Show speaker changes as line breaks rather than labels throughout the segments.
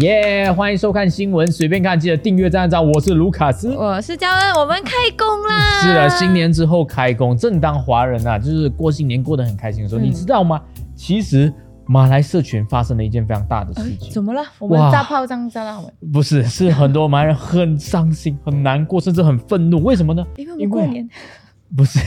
耶欢迎收看新闻随便看，记得订阅赞赞，我是卢卡斯。
我是焦恩，我们开工啦！
是的，新年之后开工，正当华人啊，就是过新年过得很开心的时候，
嗯
你知道吗？其实马来社群发生了一件非常大的事情，
嗯怎么了？我们
哇
炸炮仗炸到我们，
不是，是很多马来人很伤心、很难过，甚至很愤怒。为什么呢？
因为我
因
们
为
过年，
不 是，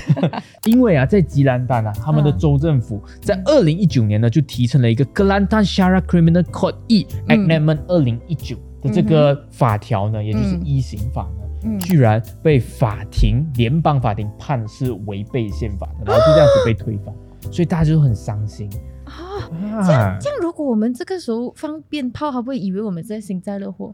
因为啊，在吉兰丹啊，他们的州政府
嗯
在二零一九年呢，就提成了一个《格兰丹 Shara Criminal Code E
嗯
Enactment 二零一九》的这个法条呢，也就是一刑法呢。
嗯，
居然被法庭联邦法庭判是违背宪法的，然后就这样子被推翻，所以大家就很伤心
啊，
啊，
这样如果我们这个时候放鞭炮，他不会以为我们在幸灾乐祸？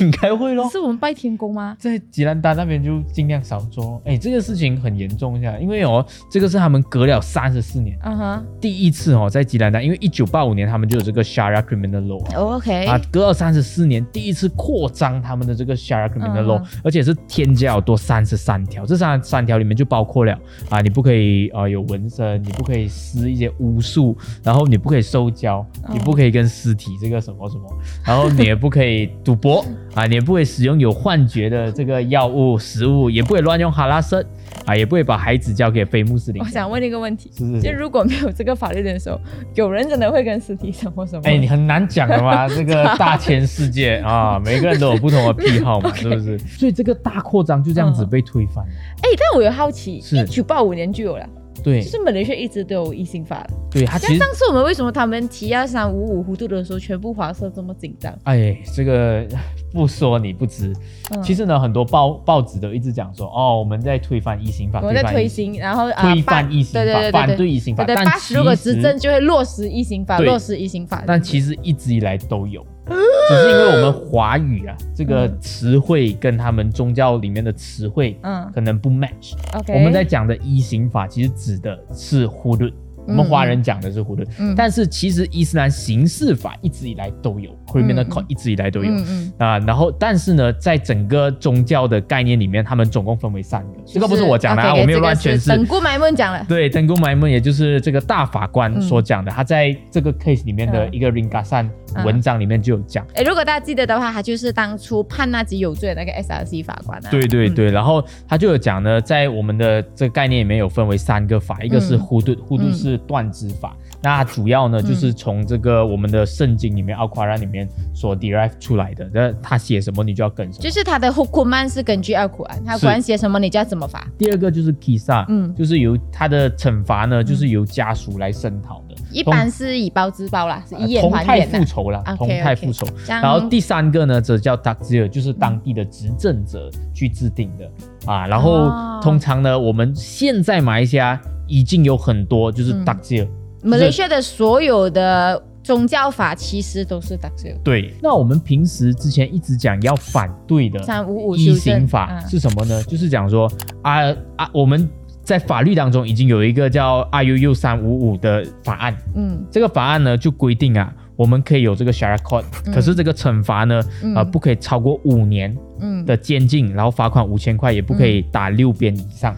应该会咯。
是我们拜天公吗？
在吉兰丹那边就尽量少做。哎，这个事情很严重一下，因为哦，这个是他们隔了三十四年
啊哈
第一次哦，在吉兰丹，因为一九八五年他们就有这个 Sharia Criminal Law 啊。
哦，OK，
啊，隔了三十四年，第一次扩张他们的这个 Sharia Criminal Law，、
嗯
而且是添加了多三十三条。这三三条里面就包括了啊，你不可以呃有纹身，你不可以施一些巫术，然后你不可以收交，
嗯
你不可以跟尸体这个什么什么，然后你也不可以赌博啊，你也不可以使用有幻觉的这个药物、食物，也不可以乱用哈拉森啊，也不可以把孩子交给非穆斯林
我。想问一个问题，
是是。
就是如果没有这个法律的时候，有人真的会跟尸体什么什么？
哎、你很难讲的 嘛，这个大千世界啊，每个人都有不同的癖好 嘛，是不是？所以这个大扩张就这样子被推翻了。
哎但我有好奇，
是
一九八五年就有了，
对
就是马来西亚一直都有异性法了。
对，他
像
其实
上次我们为什么他们提二三五五弧度的时候，全部华社这么紧张？
哎，这个不说你不知。
嗯
其实呢，很多报报纸都一直讲说，哦，我们在推翻一刑法，
我们在推
推翻
行，然后啊，
推翻一刑
对对
法，
对
反
对
对一刑法。
对对，
但
八
其
十如果执
实
政就会落实一刑法，
对
落实一刑法。
但其实一直以来都有，只是因为我们华语啊这个
嗯
词汇跟他们宗教里面的词汇
嗯
可能不 match。
，OK，
我们在讲的一刑法其实指的是呼伦，我们华人讲的是呼伦，
嗯
但是其实伊斯兰刑事法一直以来都有，criminal
嗯
code 一直以来都有。
嗯嗯
啊，然后但是呢，在整个宗教的概念里面，他们总共分为三个，这个不是我讲的，啊，
OK，
我没有
这个
乱诠
是
释。
等顾埋问讲了，
对，登公埋门，也就是这个大法官所讲的，他在这个 case 里面的
嗯
一个 Ringa San
嗯
文章里面就有讲。
哎，如果大家记得的话，他就是当初判那集有罪的那个 SRC 法官啊。
对对对，然后他就有讲呢，在我们的这个概念里面有分为三个法，一个
嗯
是呼度，呼度是断肢法，那它主要呢就是从这个我们的圣经里面《奥夸兰》里面所 derive 出来的，那他写什么你就要跟什么。
就是他的 hukuman 是根据二苦案，他
是
果然写什么你就要怎么罚。
第二个就是 kisa，
嗯
就是由他的惩罚呢，就是由家属来声讨的，
一般是以暴制暴啦，是
呃
以眼
同
还
态
眼啊
复
呐。
仇啦，
OK，
同态复仇。
这样
然后第三个呢，则叫 d a k i r 就是当地的执政者去制定的啊。然后
哦
通常呢，我们现在马来西亚已经有很多就是
嗯
d a k i r
马来西亚的所有的宗教法其实都是 d a x i
对，那我们平时之前一直讲要反对的
三五五
一
修
刑
正
法
嗯
是什么呢？就是讲说啊啊，我们在法律当中已经有一个叫 IUU 三五五的法案，
嗯
这个法案呢就规定啊，我们可以有这个 share code，、
嗯
可是这个惩罚呢，
嗯
啊不可以超过五年
嗯
的监禁，然后罚款五千块，也不可以打六鞭以上。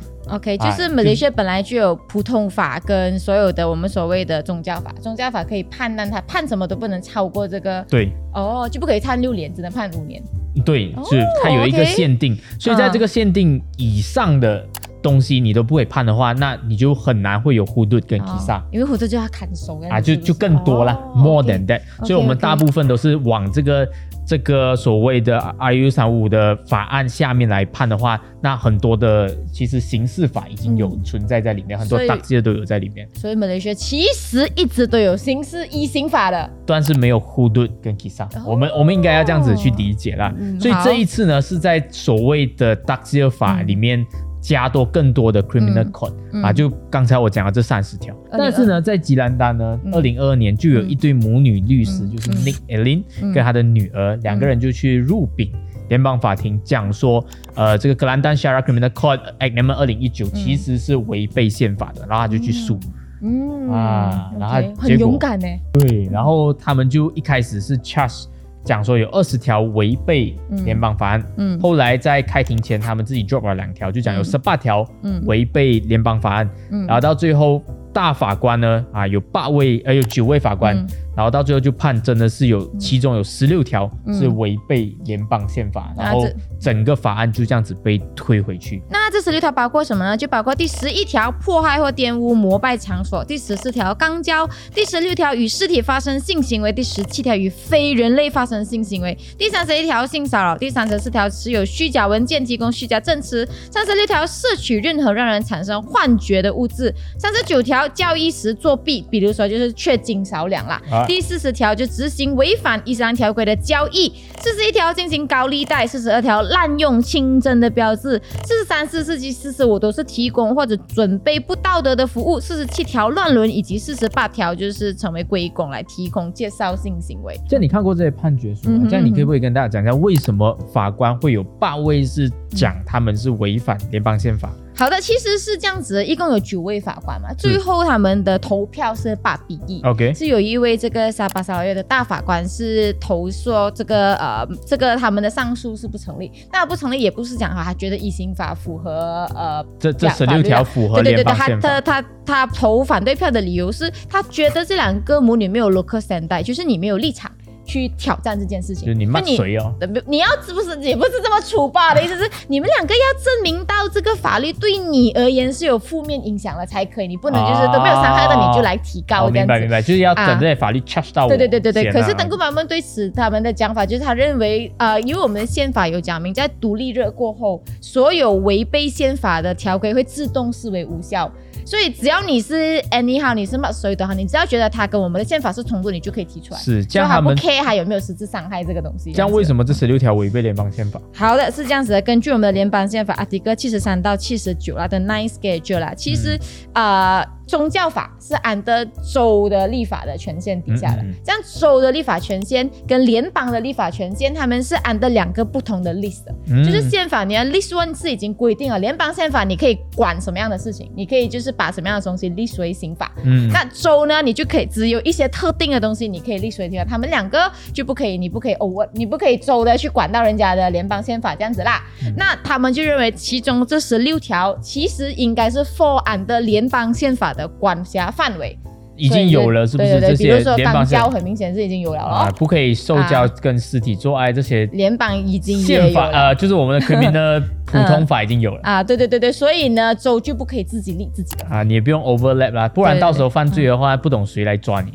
啊
OK，就是
就
马来西亚本来就有普通法跟所有的我们所谓的宗教法，宗教法可以判断他判什么都不能超过这个
对。
哦，就不可以判六年，只能判五年。
对，
哦
是它有一个
OK
限定，所以在这个限定以上的东西你都不会判的话，那你就很难会有 hudud 跟 kisa、
哦因为胡子就要砍手跟
啊，就就更多啦、
哦
m o r e
OK
than that。
OK，
所以我们
OK
大部分都是往这个这个所谓的 IU 三五的法案下面来判的话，那很多的其实刑事法已经有
嗯
存在在里面，很多
所以
d a x 都有在里面，
所以马来西亚其实一直都有刑事一刑法的。
但是没有 hudud 跟 kisa、
哦
我们我们应该要这样子去理解啦。
嗯
所以
好
这一次呢，是在所谓的 d a x 法
嗯
里面加多更多的 criminal
嗯
code、
嗯
啊，就刚才我讲的这三十条。
2022
但是呢，在吉兰丹呢，二
嗯
零二二年就有一对母女律师，
嗯
就是
嗯
Nick Elin
嗯
跟他的女儿，两个人就去入禀联邦法庭，讲说，呃，这个格兰丹 Sharia Criminal Code Act Number 二零一九其实是违背宪法的，然后他就去诉。
嗯
啊然后
OK，
结果
很勇敢呢。欸
对，然后他们就一开始是 charge 讲说有二十条违背联邦法案，
嗯
后来在开庭前他们自己 drop 了两条，就讲有
嗯
十八条
嗯
违背联邦法案，
嗯
然后到最后大法官呢啊有八位呃有九位法官、
嗯
然后到最后就判真的是有其中有十六条
嗯
是违背联邦宪法，
那
然后
这
整个法案就这样子被推回去。
那这十六条包括什么呢？就包括第十一条迫害或玷污膜拜场所，第十四条肛交，第十六条与尸体发生性行为，第十七条与非人类发生性行为，第三十一条性骚扰，第三十四条持有虚假文件提供虚假证词，三十六条摄取任何让人产生幻觉的物质，三十九条教医时作弊，比如说就是缺斤少两啦，
啊
第四十条就执行违反伊斯兰条规的交易，四十一条进行高利贷，四十二条滥用清真的标志，四十三、四十四及四十五都是提供或者准备不道德的服务，四十七条乱伦，以及四十八条就是成为归公来提供介绍性行为。
这样你看过这些判决书
嗯
吗
哼？
这样你可不可以跟大家讲一下，为什么法官会有八位是讲他们是违反联邦宪法？
好的，其实是这样子的，一共有九位法官嘛，最后他们的投票是八比一。
OK，
是有一位这个沙巴沙拉越的大法官是投说这个呃这个他们的上诉是不成立，那不成立也不是讲哈，他觉得一刑法符合呃
这这
两
十
法
六
律
条
啊
符合
对对
联
对，
邦
他
宪法
他。他他投反对票的理由是他觉得这两个母女没有 local stand，就是你没有立场去挑战这件事情，
就是你骂谁哦？
呃不你要是不是也不是这么粗暴的意思是，你们两个要证明到这个法律对你而言是有负面影响了才可以，你不能就是都没有伤害到你就来提
我
高这
哦明
样
白明
子。
白，就是要
啊
整这些法律 charge 到我
对
先啊。
对对对对，可是登古马们对此他们的讲法就是，他认为，呃，因为我们的宪法有讲明，在独立日过后，所有违背宪法的条规会自动视为无效，所以只要你是 anyhow，你是骂谁的哈，你只要觉得他跟我们的宪法是冲突，你就可以提出来。
是这样，
所以
他们
不 care 还有没有实质伤害这个东西。
这样为什么这十六条违背联邦宪法？
好的，是这样子的。根据我们的联邦宪法 Article 七十三到七十九啦的 Nine Schedule 啦，其实、
嗯
呃，宗教法是按的州的立法的权限底下的。
嗯嗯嗯
这样州的立法权限跟联邦的立法权限，他们是按的两个不同的 list 的。
嗯
就是宪法，你的 list one 是已经规定了，联邦宪法你可以管什么样的事情，你可以就是把什么样的东西立为刑法。
嗯
那州呢，你就可以只有一些特定的东西你可以立随提法，他们两个就不可以，你不可以 over，你不可以州的去管到人家的联邦宪法这样子啦。
嗯
那他们就认为其中这十六条其实应该是 for under 联邦宪法的管辖范围，
已经有了，是不是？
对对
这
对，比如
些
说
联
肛
邦宪
交，很明显是已经有了
啊，
咯，
不可以受教跟尸体做爱这些
联邦已经也
宪
有
法
了。
呃，就是我们的 criminal 普通法已经有了。
啊，对对对对，所以呢，州就不可以自己立自己的，
啊，你也不用 overlap 啦，不然
对对嗯
到时候犯罪的话，不懂谁来抓你，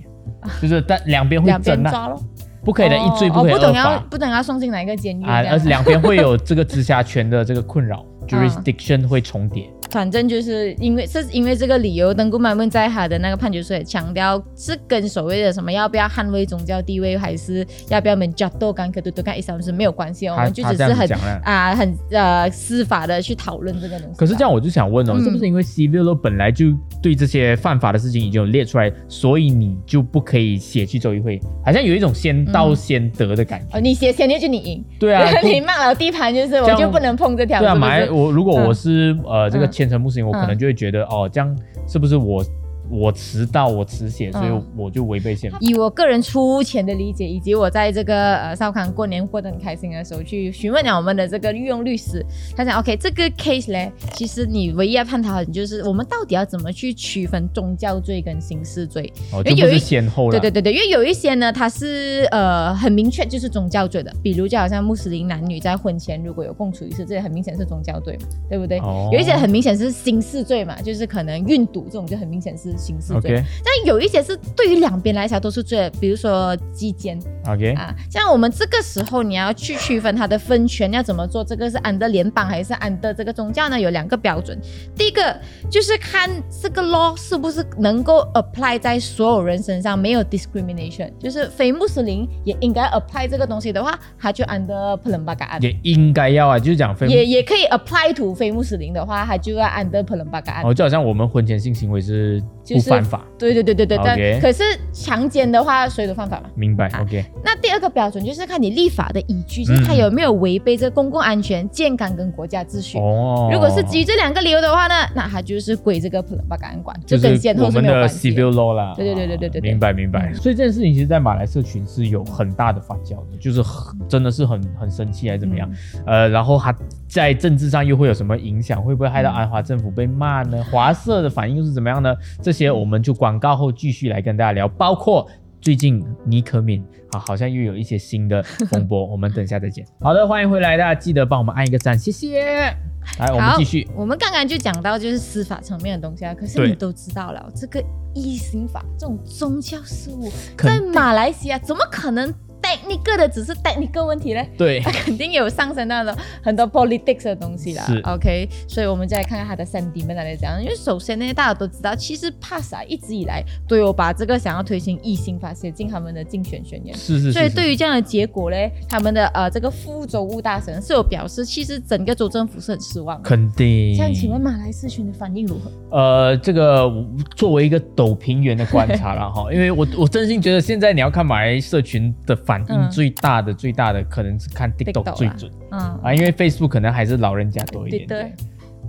就是但两边会
两边
争啊，
抓咯。
不可以的，
哦
一罪
哦
可以
不懂
二
要
罚
不懂要送进哪一个监狱
啊
这，样
而且两边会有这个直辖权的这个困扰，jurisdiction
嗯
会重叠。
反正就是因为是因为这个理由，登古曼问在他的那个判决书也强调，是跟所谓的什么要不要捍卫宗教地位，还是要不要们加多干可多多干伊斯兰是没有关系哦，我
他
们就
他
只
这
是
样子
很
讲了。
啊、很呃司法的去讨论这个东西吧。啊
可是这样我就想问哦，
嗯
是不是因为 civil law 本来就对这些犯法的事情已经有列出来，所以你就不可以写去州议会？好像有一种先到先得的感觉。
哦，你写前面就你赢，，
对啊
嗯 你骂了地盘就是
这
我
样
就不能碰这条，
对啊，
是不
马来
是？
我如果我是、呃这个
嗯
虔诚穆斯林，我可能就会觉得、哦，这样是不是我我迟到我迟写，所以
嗯
我就违背宪法。
以我个人粗浅的理解，以及我在这个呃少康过年过得很开心的时候，去询问了我们的这个御用律师，他讲 OK 这个 case 嘞，其实你唯一要探讨的就是我们到底要怎么去区分宗教罪跟刑事罪？
哦，
因
就不
为有
是
一
先后了。
对对对对，因为有一些呢，它是呃很明确就是宗教罪的，比如就好像穆斯林男女在婚前如果有共处一室，这很明显是宗教罪嘛，对不对？
哦
有一些很明显是刑事罪嘛，就是可能运毒这种就很明显是刑事罪。
OK
但有一些是对于两边来讲都是罪的，比如说鸡奸
OK，、
啊，像我们这个时候你要去区分它的分权要怎么做，这个是安的联邦还是安的这个宗教呢？有两个标准，第一个就是看这个 law 是不是能够 apply 在所有人身上，没有 discrimination，就是非穆斯林也应该 apply 这个东西的话，它就 under p e l e m b a g a
也应该要啊，就是讲非
也也可以 apply to 非穆斯林的话，它就要 under p e l e m b a g a
哦，就好像我们婚前性行为是
就
不
是
犯法，
对对对对对，但
OK
可是强奸的话，谁都犯法嘛。
明白、
啊
OK。
那第二个标准就是看你立法的依据，
嗯
就是它有没有违背这公共安全、健康跟国家秩序。
哦，
如果是基于这两个理由的话呢，那它就是归这个普巴感恩管，
就
这跟先
是我
后是
们
没有
的
关系
civil law 啦。
对对对对对对对
明白明白。
嗯
所以这件事情其实，在马来社群是有很大的反教的，就是很真的是很很生气还是怎么样？
嗯
呃，然后他在政治上又会有什么影响？会不会害
嗯
到安华政府被骂
嗯
呢？华社的反应又是怎么样呢？这些我们就广告后继续来跟大家聊，包括。最近尼可敏啊，好像又有一些新的风 波，我们等一下再见。好的，欢迎回来，大家记得帮我们按一个赞，谢谢。来，我们继续。
我们刚刚就讲到就是司法层面的东西啊，可是
对
你都知道了，这个一刑法这种宗教事务，
肯
在马来西亚怎么可能 technical 的只是 technical 问题呢？
对
它肯定有上升到了很多 politics 的东西啦
是。
OK，所以我们再来看看它的三 D 们到底怎样。因为首先呢，大家都知道，其实帕萨一直以来都有把这个想要推行异性法写进他们的竞选宣言。
是是是。
所以对
于
于这样的结果呢，他们的呃这个副州务大臣是有表示，其实整个州政府是很失望的。
肯定，
这样，请问马来市群的反应如何？
呃，这个我作为一个陡平原的观察了 哈，因为我我真心觉得现在你要看马来社群的反应
嗯
最大的、最大的可能是看
TikTok
TikTok
啦
最准
嗯，
啊，因为 Facebook 可能还是老人家多一点点。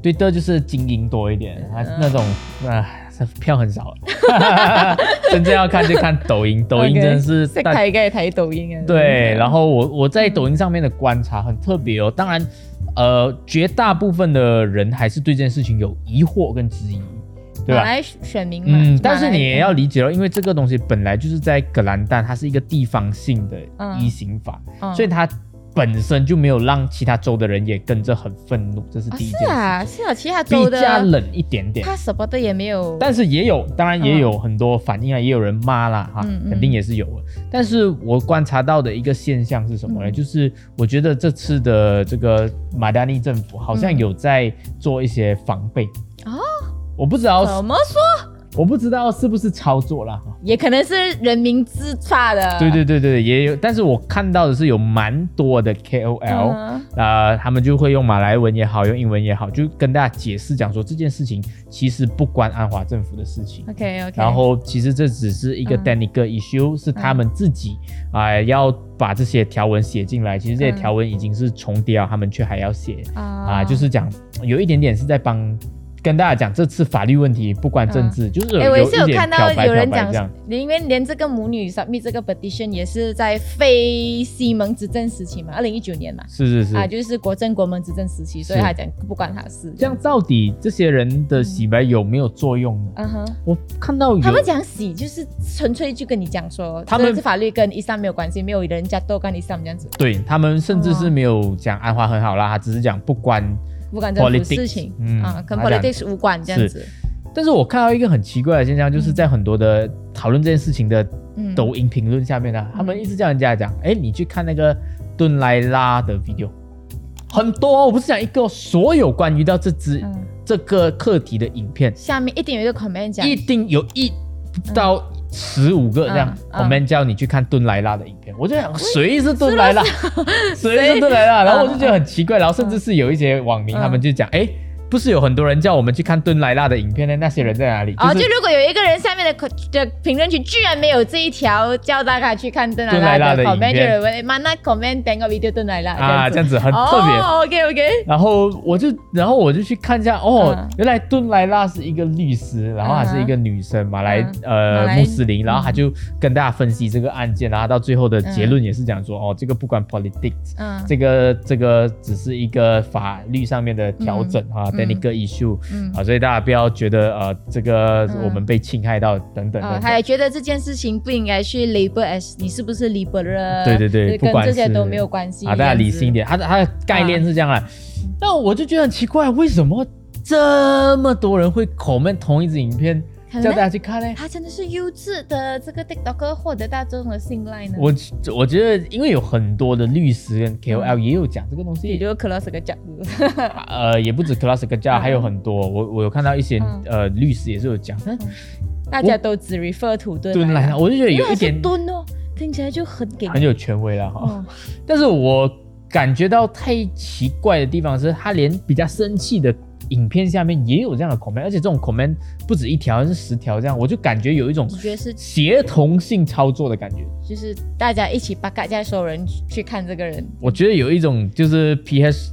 对的，就是精英多一点，啊，
嗯
那种啊票很少， 真正要看就看抖音，抖音
OK，
真的是
在
大
台应该也台抖音啊。
对，然
后
后我我在抖音上面的观察很特别哦，当然，呃，绝大部分的人还是对这件事情有疑惑跟质疑，对
马
吧？
来选民嘛，
嗯，但是你也
马
要理解哦，因为这个东西本来就是在格兰丹，它是一个地方性的
嗯
移行法，
来，
所以
以
它本身就没有让其他州的人也跟着很愤怒，这是第一件
是
事，
啊是啊，其他州
比较
的
冷一点点。
他什么的也没有，
但是也有，当然也有很多反应啊，也有人骂啦哈，
嗯嗯嗯
肯定也是有的。但是我观察到的一个现象是什么呢？
嗯
就是我觉得这次的这个马丹尼政府好像有在做一些防备
嗯哦
我不知道，
怎么说
我不知道是不是操作啦。哈
也可能是人民自发的。
对对对对，也有，但是我看到的是有蛮多的 KOL，、
嗯
呃，他们就会用马来文也好，用英文也好，就跟大家解释讲说这件事情其实不关安华政府的事情。
，OK OK，
然后其实这只是一个
嗯
technical issue，、是他们自己啊、要把这些条文写进来。其实这些
嗯
条文已经是重叠了，他们却还要写啊、
啊
就是讲有一点点是在帮跟大家讲这次法律问题不关政治，就是有,、
哎，我也是有
一点
看到
漂白
有人
漂白
讲
这样。，
因为连这个母女 submit 这个 petition 也是在非西蒙执政时期嘛，二零一九年嘛，
是是是。
啊，就是国政国盟执政时期，所以
是
他讲不关他事。
这样到底这些人的洗白有没有作用呢？
嗯哼，
我看到有
他们讲洗就是纯粹就跟你讲说，
他们
这是法律跟伊斯兰没有关系，没有人家都跟伊斯兰这样子，
对他们甚至是没有讲安华很好啦，他只是讲不关
不关这种
Politics，
事情
嗯
啊，跟
他讲
politics 无关这样子。
但是我看到一个很奇怪的现象，就是在很多的讨论这件事情的
嗯
抖音评论下面呢，他们一直叫人家讲，哎，你去看那个顿莱拉的 video，很多哦，我不是讲一个哦，所有关于到这只、
嗯
这个课题的影片，
下面一定有一个 comment 讲
一定有一到十五个这样
嗯，嗯
我们叫你去看顿莱拉的影片，我就想谁是顿莱拉， 谁是顿莱拉，然后我就觉得很奇怪，然后甚至是有一些网民
嗯
他们就讲，哎。不是有很多人叫我们去看顿莱拉的影片呢？那些人在哪里？
哦，
是
就如果有一个人下面的 co- 的评论区居然没有这一条，叫大家去看邓
邓奶
奶
拉
拉
的
的
影片
comment，就有人问，妈那 comment 点个 video 邓奶拉
啊，这样
子，
子很特别。
哦，OK OK，
然后我就，然后我就去看一下，哦，
嗯
原来顿莱拉是一个律师，然后她是一个女生，马来、
嗯
呃
马来嗯
穆斯林，然后她就跟大家分析这个案件，然后到最后的结论也是讲说，哦，这个不管 politics，、
嗯
这个这个只是一个法律上面的调整、啊
嗯
，technical issue、
嗯，
啊，所以大家不要觉得呃这个
嗯
我们被侵害到等等等
啊，
等。
他也觉得这件事情不应该去 label as 你是不是 liberal，
对对对
就是
不
跟
管
这些
是
都没有关系
啊，大家理性一。点。它的它的概念是这样啦，啊
嗯
那我就觉得很奇怪，为什么这么多人会 comment 同一支影片
可能
叫大家去看呢？
他真的是优质的这个 TikTok 获得大众的信赖呢。
我我觉得，因为有很多的律师跟 KOL 也有讲这个东
也
西，
就 close 个角度，
呃，也不止 Classic 教，
嗯
还有很多，我我有看到一些
嗯
呃律师也是有讲，但
大家都只 refer to 顿
蹲
奶
来
拉
了，，我就觉得
因为
有
它
一
是
点
蹲哦，听起来就很给
很有权威了哈。
哦。
但是我感觉到太奇怪的地方是，他连比较生气的影片下面也有这样的 comment，而且这种 comment 不止一条，是十条这样，我就感觉有一种
你觉得是
协同性操作的感觉。
就是大家一起把大家所有人去看这个人，
我觉得有一种就是 PS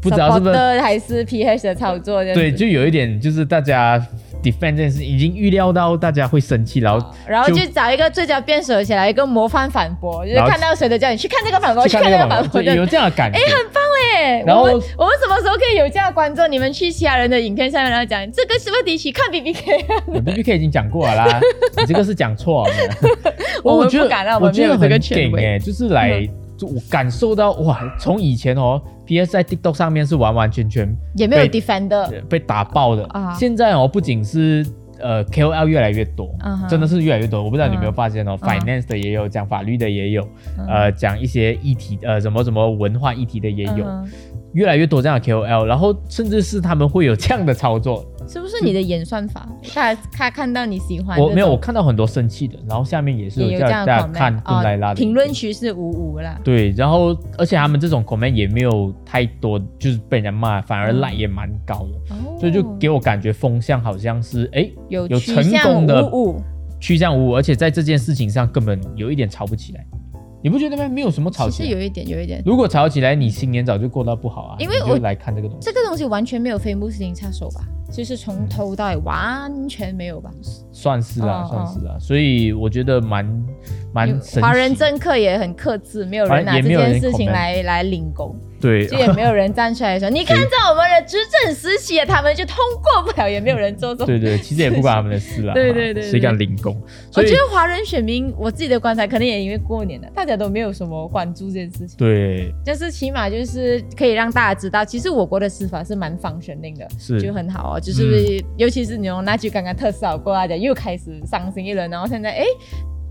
不知道是不是
supporter 还是 PH 的操作这样子
对，就有一点就是大家 defend 这件事已经预料到大家会生气，然后
然后就找一个最佳辩手起来，一个模范反驳，就是
然后
哦看到谁的叫你去看这个反驳，
去看
看
那
这
个
个
网
反
络
驳
对，
的。
有这样的感觉
哎，。很棒耶！
然后
我们我们什么时候可以有这样的观众？你们去其他人的影片下面然后讲这个是问题，起看 B B K，
B B K 已经讲过了 啦，你这个是讲错了。
我们
觉
不敢啊
得，
我们没
觉
有
得
这个
很
权
顶
威
哎、就是来，就我感受到哇，从以前哦，P S 在 TikTok 上面是完完全全
也没有
被
defender。
呃被打爆的，
啊
现在哦，不仅是呃 K O L 越来越多
嗯哼
真的是越来越多。我不知道你有没有发现哦、
嗯
f i n a n c e 的也有，讲法律的也有，
嗯
呃，讲一些议题，呃，什么什么文化议题的也有，
嗯
越来越多这样的 K O L，然后甚至是他们会有这样的操作，
是不是你的演算法？大家他看到你喜欢，
嗯我没有，我看到很多生气的，然后下面也是
也有这
叫
样
大家
的 comment
看
哦
昆莱拉的
评论。区是五五啦。
对，然后而且他们这种 comment 也没有太多，就是被人家骂，反而
嗯
like 也蛮高的，
哦
所以就给我感觉风向好像是哎
有
有
趋
成
向
功的
五五，
趋向无误，而且在这件事情上根本有一点吵不起来，你不觉得吗？没有什么吵
其
起
实
来。
有一点，有一点。
如果吵起来，你新年早就过到不好啊，
因为
你就
我
来看这个东西，
这个东西完全没有非穆斯林插手吧？就是从头到尾完全没有吧？
算是啦，
哦
算是啦，所以我觉得蛮蛮
有
神奇。
华人政客也很克制，没有人拿
也
这
没有人
件事情
comment
来来领功，
对
就也没有人站 出来说，你看在我们的执政时期，啊他们就通过不了，也没有人做这种。
对对，其实也不关他们的事啦。
对对对哦对
谁敢领功？
我
所以
觉得华人选民，我自己的观察，可能也因为过年了，大家都没有什么关注这件事情，
对
但是起码就是可以让大家知道，其实我国的司法是蛮防玄令的，
是
就很好哦。就是、尤其是你用那句刚刚特斯拉过大家又开始伤心一轮，然后现在哎。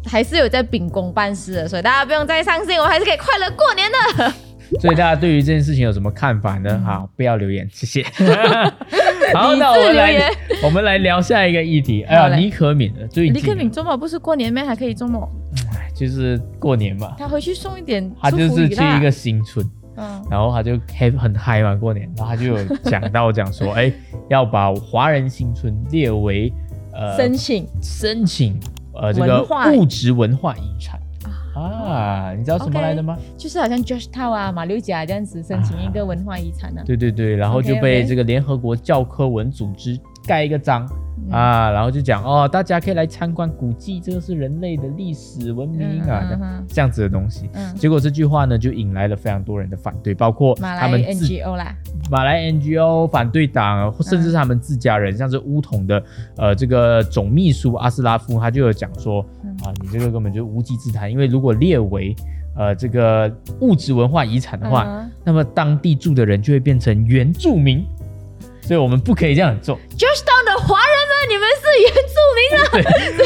还是有在秉公办事的，所以大家不用再伤心，我还是可以快乐过年 的。
所以大家对于这件事情有什么看法呢？
嗯
好，不要留言，谢 谢。好，那我们
理智留言
来，我们来聊下一个议题。哎
好嘞
呀，尼可敏的最近，
李克敏周末不是过年咩？还可以周末，
哎就是过年嘛，
他回去送一点
他
呃
就
祝福
是
语
去
啦
一个新村，
嗯
然后他就开很嗨嘛，过年，然后他就有讲到讲说，哎， 要把华人新村列为呃
申请
申请呃这个
文化
物质文化遗产啊，你知道什么
OK
来的吗？
就是好像 George Town 啊、马六甲这样子申请一个文化遗产呢、啊。
对对对，然后
OK，
就被
OK
这个联合国教科文组织盖一个章、
嗯
啊，然后就讲哦，大家可以来参观古迹，这个是人类的历史文明啊，
嗯嗯
这样
嗯
这样子的东西。
嗯，
结果这句话呢，就引来了非常多人的反对，包括
马
他
来
们自
NGO 啦，
马来 NGO 反对党，甚至是他们自家人，像是乌统
嗯
的呃这个总秘书阿斯拉夫，他就有讲说
嗯
啊、你这个根本就是无稽之谈，因为如果列为呃这个物质文化遗产的话，
嗯
那么当地住的人就会变成原住民，所以我们不可以这样做。
George Town 的华人们，你们是原住民啊！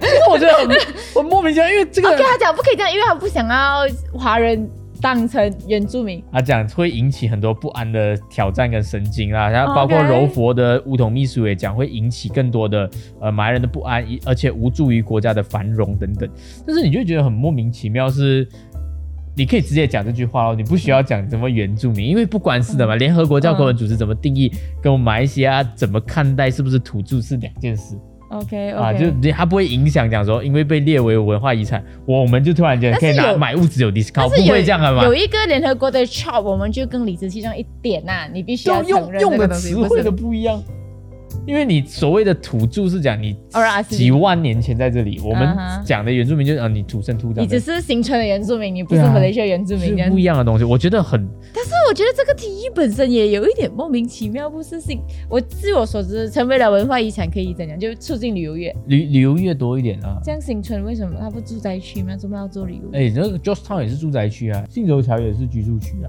那我觉得很很莫名其妙，因为这 个
我跟啊他讲不可以这样，因为他不想要华人当成原住民。
他讲会引起很多不安的挑战跟神经啦，然后包括
OK
柔佛的乌统秘书也讲会引起更多的呃马来人的不安，一而且无助于国家的繁荣等等。但是你就觉得很莫名其妙是。你可以直接讲这句话哦，你不需要讲什么原住民，因为不管是的嘛。联合国教科文组织怎么定义，跟我们马来西亚怎么看待是不是土著是两件事
OK OK，、
啊，就你它不会影响讲说，因为被列为文化遗产，我们就突然间可以
但是
拿
有
买物质有 discount，
但
不
是有
会这样的嘛？
有一个联合国的 chop，我们就更理直气壮一点呐、你必须要
就
承
用
认
啊
这
用
个
的
东西
词
不
汇
是
都不一样。因为你所谓的土著是讲你
RRCB
几万年前在这里，我们
啊啊哈
讲的原住民就是啊你土生土长
你只
的，
是形成的原住民，你不是
对啊
马来西亚原住民这
是
样
不一样的东西。我觉得很
但是我觉得这个提议本身也有一点莫名其妙，不是性。我据我所知，成为了文化遗产可以怎样，就促进旅游业。
旅旅游越多一点啊。
这样新村为什么它不住宅区吗？怎么要做旅游？
哎，那个 George Town 也是住宅区啊，信州桥也是居住区啊。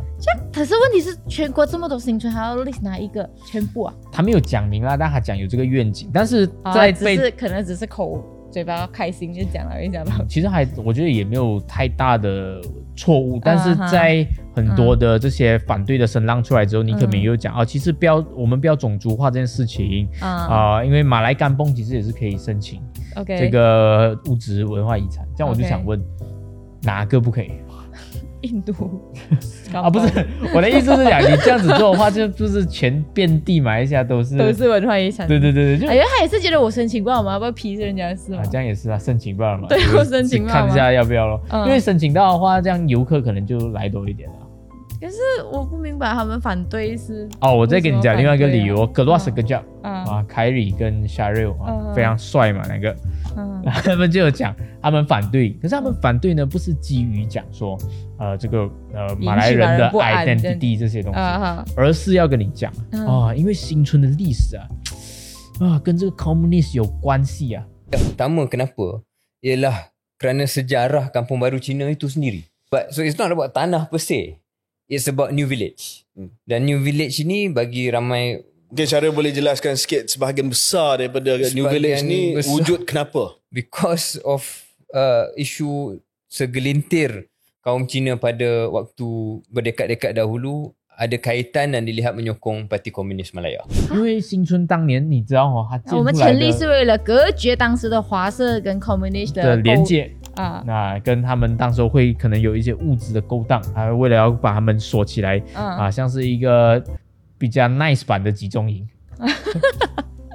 可是问题是，全国这么多新村，还要 list 哪一个？全部啊？
他没有讲明啊，但他讲有这个愿景，但是
啊
在
只
被
是可能只是口嘴巴开心就讲了一讲吧。
其实还我觉得也没有太大的错误，但是
啊哈
在很多
嗯
的这些反对的声浪出来之后，尼克敏又讲啊，其实不要我们不要种族化这件事情，
啊、
啊、因为马来甘蹦其实也是可以申请
o k
这个物质文化遗产。这样我就
OK
想问哪个不可以
印 度
啊？不是，我的意思是讲，你这样子做的话，就就是全遍地马来西亚都是，
都是文化遗产。
对对对对，就、
哎呀，他也是觉得我申请过，我们要不要批人家是吗
啊，？这样也是啊，申请不了嘛，
对
就是
我申请不了嘛
看一下要不要咯、
嗯
因为申请到的话，这样游客可能就来多一点了。
可是我不明白他们反对是
哦，我再跟你讲另外一个理由
为什么
格洛斯跟叫
啊
啊，凯里跟夏瑞啊，
嗯
非常帅嘛那个，
嗯
他们就有讲他们反对，可是他们反对呢，不是基于讲说呃这个呃马来人的
引起马来人不安
identity 这些东西，
啊
而是要跟你讲
嗯
啊，因为新村的历史啊啊跟这个 communist 有关系啊，
Yang utama kenapa ialah kerana sejarah Kampung Baru Cina itu sendiri. But so it's not about tanah per se. It's about new village.
Hmm.
Dan new village ni bagi ramai
Mungkin Syara boleh jelaskan sikit sebahagian besar daripada New
Sebahagian
Village ni
besar.
wujud kenapa?
because of uh, isu segelintir kaum Cina pada waktu berdekad-dekad dahulu ada kaitan dan dilihat menyokong Parti Komunis Malaya.
因为新村当年你知道哦，它建
那啊我们
出来
成立是
的
为了隔绝当时的华社跟 communist
的连接。
勾啊
那跟他们当时候会可能有一些物质的勾当，还为了要把他们锁起来
啊
啊，像是一个比较 nice 版的集中营，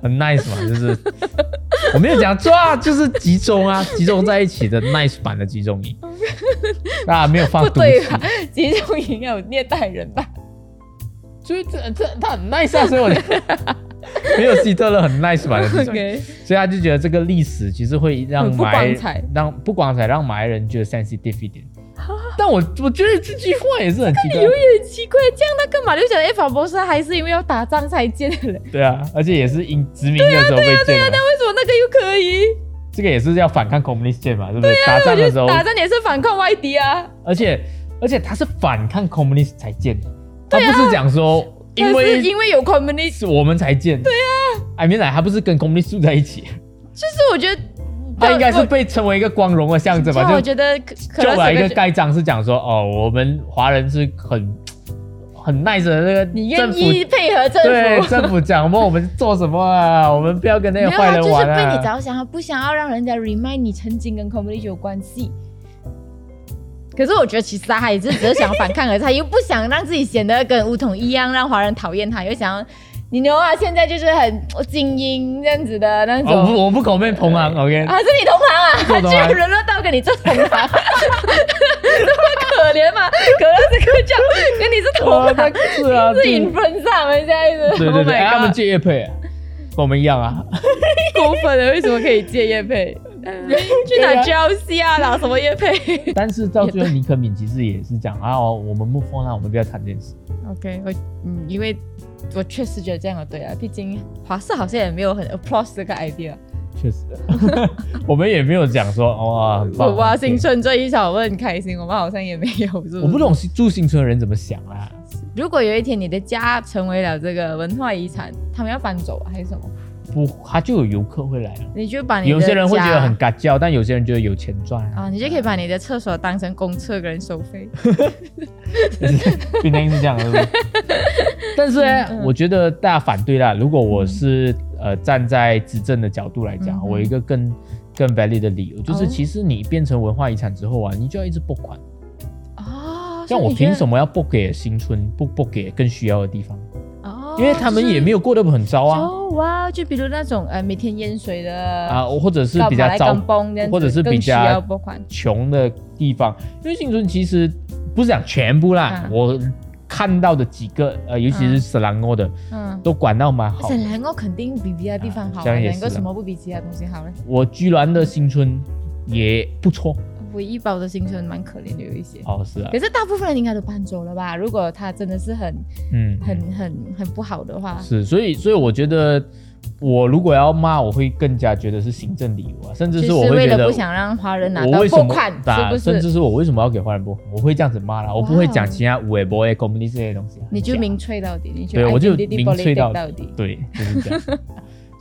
很 nice 嘛， 就是我没有讲错啊，就是集中啊，集中在一起的 nice 版的集中 营，啊，没有放
不
毒
对
气
吧，？集中营要有虐待人吧？
所以这这他很 nice 啊，所以 我就没有希特勒很 nice 版的集中营
OK
所以他就觉得这个历史其实会让
很不
马来
光彩
让不光彩，让马来人觉得 sensitive 一点。但我我觉得这句话也是很奇怪
有，点奇怪，这样他干嘛留下来？法博士还是因为要打仗才建的嘞？
对啊，而且也是英殖民的时候被
啊
建的嘛，
为什么那个又可以？
这个也是要反抗 communist 建嘛，对不对？打
啊我
仗的
觉
时
得
候，
打仗也是反抗外敌啊。
而且而且他是反抗 communist 才建的，他不是讲说因
可
为
啊是因为有 communist，
是我们才建，对啊，I mean 他不是跟 communist 住在一起，
就是我觉得
他应该是被称为一个光荣的象征吧，
哦就我
就
觉得可可
就
能
来一个
是
盖章是讲说哦，我们华人是很很 nice 的那个
你
政
愿
府
意配合政府，
对政府讲我们做什么啊？我们不要跟那
没
些
有
坏
啊，
人
就是
玩
被你
啊！
着想，他不想要让人家 remind 你曾经跟 communist 有关系。可是我觉得其实他也是只是想反抗而已，他又不想让自己显得跟武统一样，让华人讨厌他，又想要你牛啊，现在就是很精英这样子的那
哦，我
种。
不，我不口面同行，OK？
啊，是你同行啊！
我同行
居然沦落到跟你这同行，这么可怜嘛？可乐这个叫跟你是同
哦那
行，
是啊，
自
对
己分上了，现在是
对
Oh
对对，哎
my
他们
god
借乐配啊，跟我们一样 啊。
过分了，为什么可以借叶 配？去哪交戏嗯啊？拿什么叶配
但是到最后，尼克敏其实也是讲啊，哦我们不疯啊，我们不要谈这件事。
？OK，我嗯，因为我确实觉得这样的对啊，毕竟华视好像也没有很 applause 这个 idea。
确 实，我们也没有讲说哇，很
我
棒
挖
啊
新。春这一场我很开心，我们好像也没有，是不是？
我不。懂住新村的人怎么想啊？
如果有一天你的家成为了这个文化遗产，他们要搬走啊，还是什么？
不，他就有游客会来啊。
你就把你的
有些人会觉得
家
很。嘎叫，但有些人觉得有钱赚啊。
啊，你就可以把你的厕所当成公厕跟人收费。
冰冰是这样的，对 不对但是呢，
嗯嗯
我觉得大家反对啦。如果我是、呃站在执政的角度来讲，
嗯哼
我有一个更更 valid 的理由，就是
哦
其实你变成文化遗产之后啊，你就要一直拨款。
哦，
像我凭什
么？
么要拨给新村，不拨给更需要的地方？
哦，
因为他们也没有过得很糟啊
哦哇，就比如那种呃每天淹水的
啊，，或者是比
马
较
来
糟
甘榜这样子
或者是比
更需要
较
拨款
穷的地方。因为新村其实不是讲全部啦，
啊
我看到的几个呃，尤其是斯兰诺的、
嗯。
都管到蛮好的
沈兰我肯定比其他地方
啊
好啊，
这样也
能
是
够
啦
什么不比其他东西好呢？
我居銮的新村也不错
唯一包的新村蛮可怜的，有一些。
哦，是啊
可，是大部分人应该都搬走了吧？如果他真的是很、
嗯，
很、很、很不好的话，
是，所以所以我觉得，我如果要骂，我会更加觉得是行政理由啊，甚至
就是
我
是
会
为
觉得
了不想让华人拿
我
到
为什
拨
么
款，
啊
是不
甚
是？
至是我为什么要给华人拨款，我会这样子骂啦，我不会讲其他五 A 波 A 公民这些东西啊，
啊你就
很假
明吹到底，你就
对我就
identity
明吹
politics
到
到底。
对，就是这样。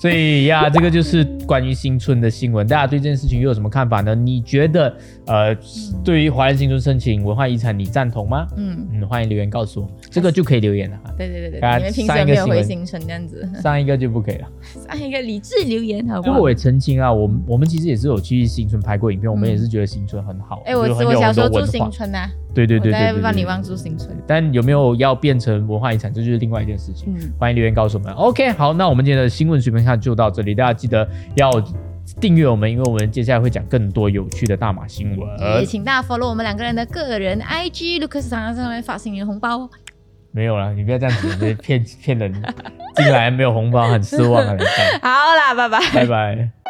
所以呀，这个就是关于新村的新闻。大家对这件事情又有什么看法呢？你觉得，呃，对于华人新村申请文化遗产，你赞同吗？
嗯，
嗯，欢迎留言告诉我们，这个就可以留言了啊。
对对对
大家
对，你们平
上一个
时没有
新
回
闻
新村这样子，
上一个就不可以了。
按一个理智留言好不
不
好
过？我也澄清啊，我们我们其实也是有去新村拍过影片，我们也是觉得新村很好，
哎，我
就是很
我
有
小
很
时
多
候住
文化
新。村啊呐，
对对对对
我在
对对
万里
对
望住新村。
但有没有要变成文化遗产，这就是另外一件事情。
嗯
欢迎留言告诉我们。OK，好，那我们今天的新闻随便看就到这里，大家记得要订阅我们，因为我们接下来会讲更多有趣的大马新闻。
也请大家 follow 我们两个人的个人 IG Lucas 常常在上面发新年红包哦。
没有啦，你不要这样子 你骗骗人进来没有红包，很失望啊！
好啦，拜拜。
拜拜。